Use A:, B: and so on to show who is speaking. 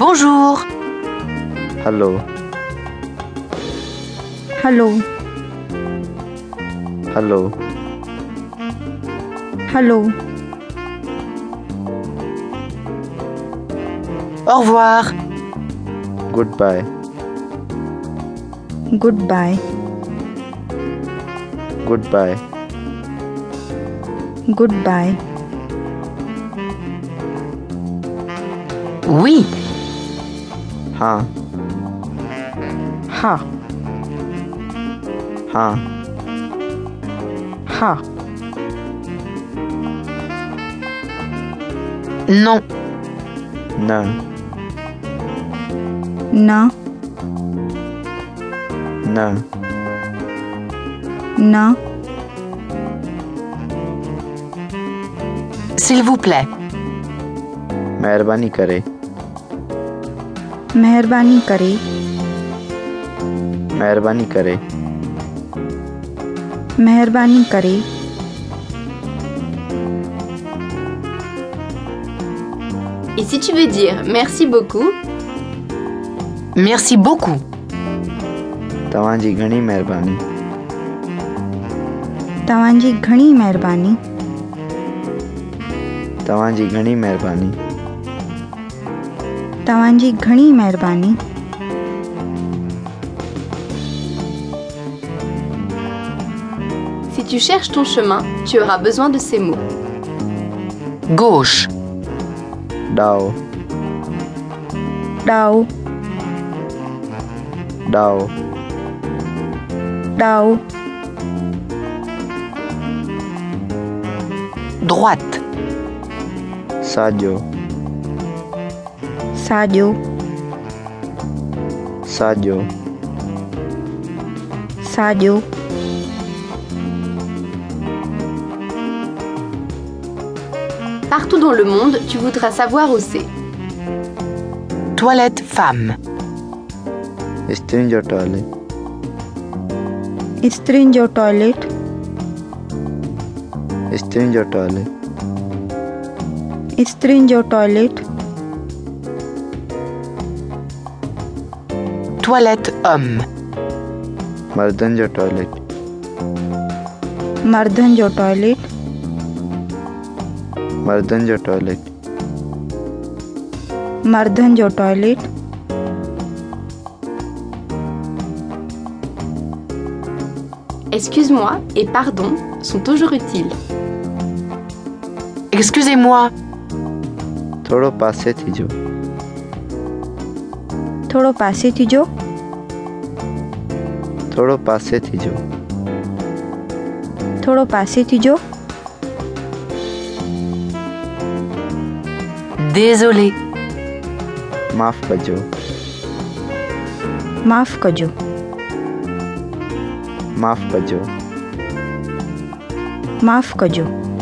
A: Bonjour.
B: हेलो
C: हेलो
B: हेलो
C: हेलो
A: Au revoir.
B: गुड बाय
C: गुड बाय
B: गुड बाय
C: गुड बाय
A: Oui.
B: हाँ
C: हाँ
B: हाँ
C: हाँ
A: Non.
B: न
C: ना
B: न
C: ना
A: S'il vous plaît.
B: मेहरबानी करे
C: मेहरबानी करे
B: मेहरबानी करे
C: मेहरबानी करे
D: Et si tu veux dire merci beaucoup,
A: Merci beaucoup.
B: तव्हांजी घणी महिरबानी
C: तव्हांजी घणी महिरबानी
B: तव्हांजी घणी महिरबानी
C: तव्हांजी घणी महिरबानी
D: si tu cherches ton chemin, tu auras besoin de ces mots.
A: Gauche.
B: ॾाओ
C: ॾाओ
B: ॾाओ
C: ॾाओ
A: Droite.
B: साॼो
C: साॼो
B: साॼो
C: साॼो
D: Partout dans le monde, tu voudras savoir où c'est.
A: Toilette femme.
B: स्त्रियुनि जो टॉयलेट
C: स्त्रियुनि जो टॉयलेट
B: स्त्रियुनि जो टॉयलेट
C: स्त्रियुनि जो टॉयलेट
A: Toilette homme.
B: मर्दनि जो टॉयलेट
C: मर्दनि जो टॉयलेट
B: मर्दनि जो टॉयलेट
C: मर्दनि जो टॉयलेट
D: Excuse-moi et pardon sont toujours utiles.
A: Excusez-moi.
B: थोरो पासे थीजो
C: थोरो पासे थिजो
B: थोरो पासे थीजो
C: थोरो पासे थिजो
A: Désolé.
B: माफ़ कजो
C: माफ़ु कजो
B: माफ़ कजो
C: माफ़ु कजो